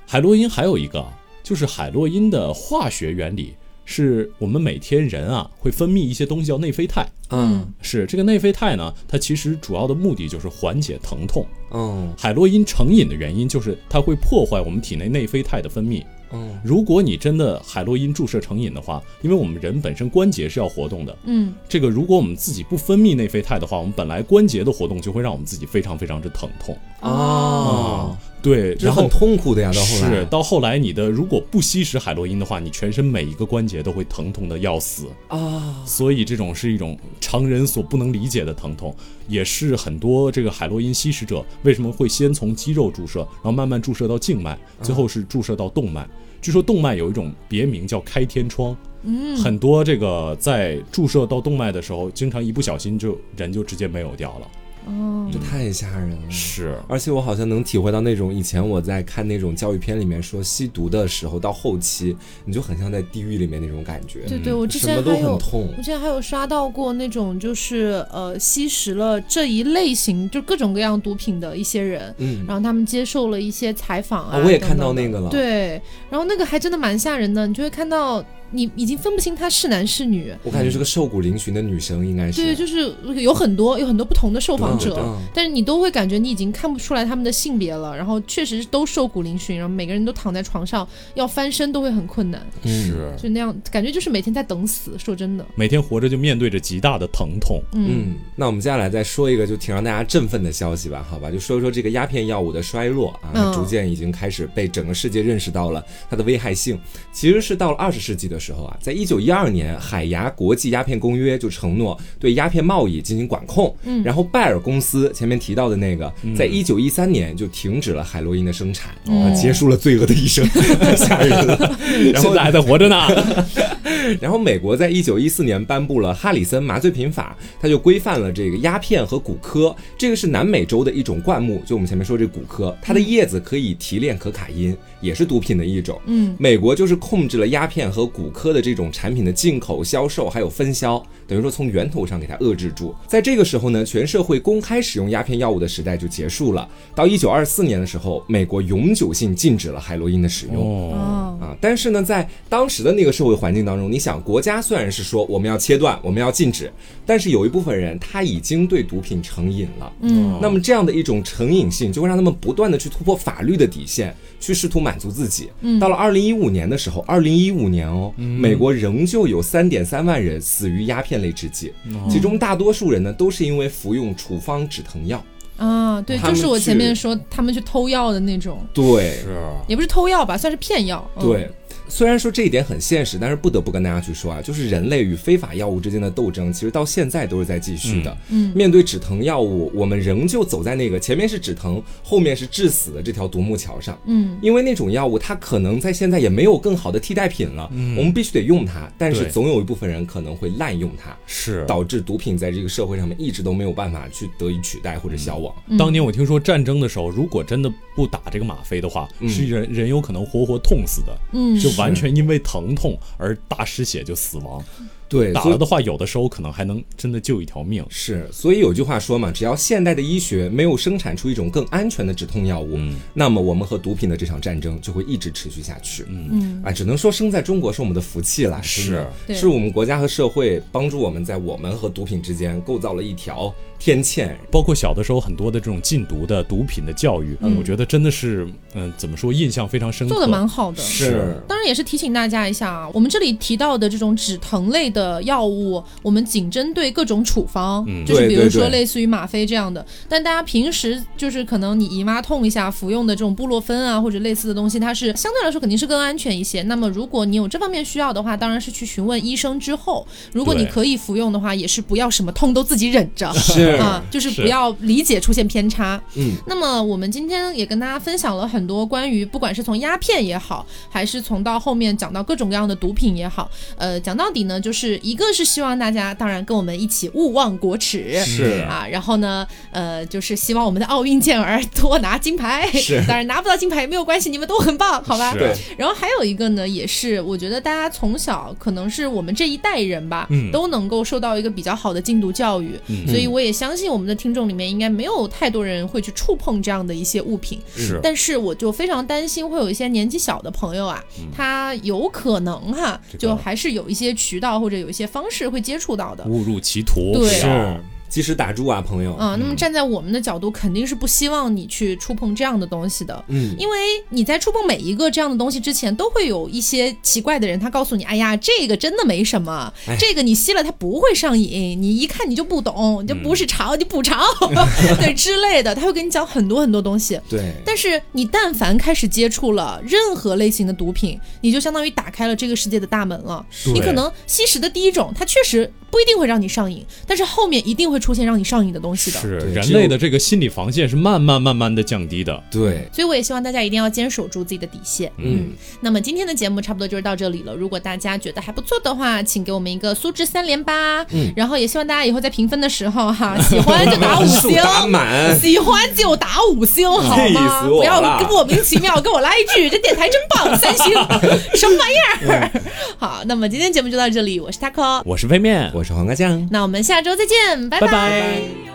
海洛因还有一个就是海洛因的化学原理是我们每天人啊会分泌一些东西叫内啡肽， (laughs) 嗯是这个内啡肽呢，它其实主要的目的就是缓解疼痛。嗯海洛因成瘾的原因就是它会破坏我们体内内啡肽的分泌。嗯，如果你真的海洛因注射成瘾的话，因为我们人本身关节是要活动的，嗯，这个如果我们自己不分泌内啡肽的话，我们本来关节的活动就会让我们自己非常非常之疼痛哦，对，这然很后痛苦的呀，啊到后来是到后来你的如果不吸食海洛因的话，你全身每一个关节都会疼痛的要死。啊，所以这种是一种常人所不能理解的疼痛，也是很多这个海洛因吸食者为什么会先从肌肉注射，然后慢慢注射到静脉，最后是注射到动脉。据说动脉有一种别名叫开天窗，嗯，很多这个在注射到动脉的时候，经常一不小心就人就直接没有掉了。哦，这太吓人了。是，而且我好像能体会到那种以前我在看那种教育片里面说吸毒的时候，到后期你就很像在地狱里面那种感觉，对对，我之什么前都还很有。痛我之前还有刷到过那种，就是呃，吸食了这一类型，就各种各样毒品的一些人，嗯然后他们接受了一些采访啊，啊我也等看到等的那个了对，然后那个还真的蛮吓人的，你就会看到你已经分不清他是男是女，我感觉是个瘦骨嶙峋的女生应该是。嗯对，就是有很多有很多不同的受访对者，对对但是你都会感觉你已经看不出来他们的性别了，然后确实都瘦骨嶙峋，然后每个人都躺在床上，要翻身都会很困难，嗯是，就那样感觉就是每天在等死。说真的，每天活着就面对着极大的疼痛。嗯，那我们接下来再说一个就挺让大家振奋的消息吧，好吧，就说一说这个鸦片药物的衰落啊，嗯逐渐已经开始被整个世界认识到了它的危害性。其实是到了二十世纪的的时候啊，在一九一二年，海牙国际鸦片公约就承诺对鸦片贸易进行管控。嗯，然后拜耳公司前面提到的那个，嗯在一九一三年就停止了海洛因的生产，啊结束了罪恶的一 (laughs) 生，太吓人了。然后现在还在活着呢。然后美国在一九一四年颁布了哈里森麻醉品法，它就规范了这个鸦片和古柯，这个是南美洲的一种灌木，就我们前面说这古柯，它的叶子可以提炼可卡因，也是毒品的一种。嗯，美国就是控制了鸦片和古柯的这种产品的进口、销售还有分销，等于说从源头上给它遏制住。在这个时候呢，全社会公开使用鸦片药物的时代就结束了。到一九二四年的时候，美国永久性禁止了海洛因的使 (laughs) 用。哦，哦，啊，但是呢，在当时的那个社会环境当中，你想，国家虽然是说我们要切断，我们要禁止，但是有一部分人他已经对毒品成瘾了，嗯，那么这样的一种成瘾性，就会让他们不断的去突破法律的底线，去试图满足自己。嗯，到了二零一五年的时候，二零一五年哦，美国仍旧有三点三万人死于鸦片类制剂，其中大多数人呢都是因为服用处方止疼药。啊，对，哦他就们是我前面去说他们去偷药的那种，对，是也不是偷药吧，算是骗药。嗯、对，虽然说这一点很现实，但是不得不跟大家去说啊，就是人类与非法药物之间的斗争，其实到现在都是在继续的。嗯面对止疼药物，我们仍旧走在那个前面是止疼，后面是致死的这条独木桥上。嗯，因为那种药物，它可能在现在也没有更好的替代品了，我们必须得用它。但是对总有一部分人可能会滥用它，是。导致毒品在这个社会上面一直都没有办法去得以取代或者消亡。当年我听说战争的时候，如果真的不打这个吗啡的话，是人人有可能活活痛死的，嗯就完全因为疼痛而大失血就死亡。对，打所以了的话，有的时候可能还能真的救一条命。是，所以有句话说嘛，只要现代的医学没有生产出一种更安全的止痛药物，那么我们和毒品的这场战争就会一直持续下去。嗯，啊，只能说生在中国是我们的福气啦，真的对是我们国家和社会帮助我们在我们和毒品之间构造了一条天堑。包括小的时候很多的这种禁毒的毒品的教育，我觉得真的是，嗯、怎么说，印象非常深刻。做的蛮好的。是当然也是提醒大家一下啊，我们这里提到的这种止疼类的药物，我们仅针对各种处方，就是比嗯对如对说对类似于吗啡这样的。但大家平时就是可能你姨妈痛一下服用的这种布洛芬啊或者类似的东西，它是相对来说肯定是更安全一些。那么如果你有这方面需要的话，当然是去询问医生之后，如果你对可以服用的话，也是不要什么痛都自己忍 (laughs) 着。是啊，就是是不要理解出现偏差。嗯，那么我们今天也跟大家分享了很多关于不管是从鸦片也好，还是从到后面讲到各种各样的毒品也好，呃，讲到底呢，就是一个是希望大家当然跟我们一起勿忘国耻。是啊，然后呢，呃，就是希望我们的奥运健 (laughs) 儿啊多拿金牌，是呃当然拿不到金牌也没有关系，你们都很棒，好吧？是对，然后还有一个呢，也是我觉得大家从小可能是我们这一代人吧，都能够受到一个比较好的禁毒教育，所以我也相信我们的听众里面应该没有太多人会去触碰这样的一些物品。是但是我就非常担心会有一些年纪小的朋友啊，他有可能哈、就还是有一些渠道或者有一些方式会接触到的。误入歧途。对是啊是，及时打住啊，朋友。啊、那么站在我们的角度，肯定是不希望你去触碰这样的东西的。嗯因为你在触碰每一个这样的东西之前，都会有一些奇怪的人，他告诉你：“哎呀，这个真的没什么，这个你吸了它不会上瘾，你一看你就不懂，你就不是潮，你补潮，对之类的。”他会跟你讲很多很多东西。对，但是你但凡开始接触了任何类型的毒品，你就相当于打开了这个世界的大门了。你可能吸食的第一种，它确实不一定会让你上瘾，但是后面一定会出现让你上瘾的东西的。是对人只有类的这个心理防线是慢慢慢慢的降低的。对，所以我也希望大家一定要坚守住自己的底线。嗯，那么今天的节目差不多就是到这里了。如果大家觉得还不错的话，请给我们一个苏值三连吧。嗯，然后也希望大家以后在评分的时候 (laughs) 哈，喜欢就打五数星。打满。喜欢就打五星好 (laughs) 气吗？死我不要了跟莫名其妙跟我来一 (laughs) 句这电台真棒，三星 (laughs) 什么玩意儿？ (laughs) 好，那么今天节目就到这里，我是 taco，我是飞面，我是黄瓜酱。那我们下周再见，拜拜拜拜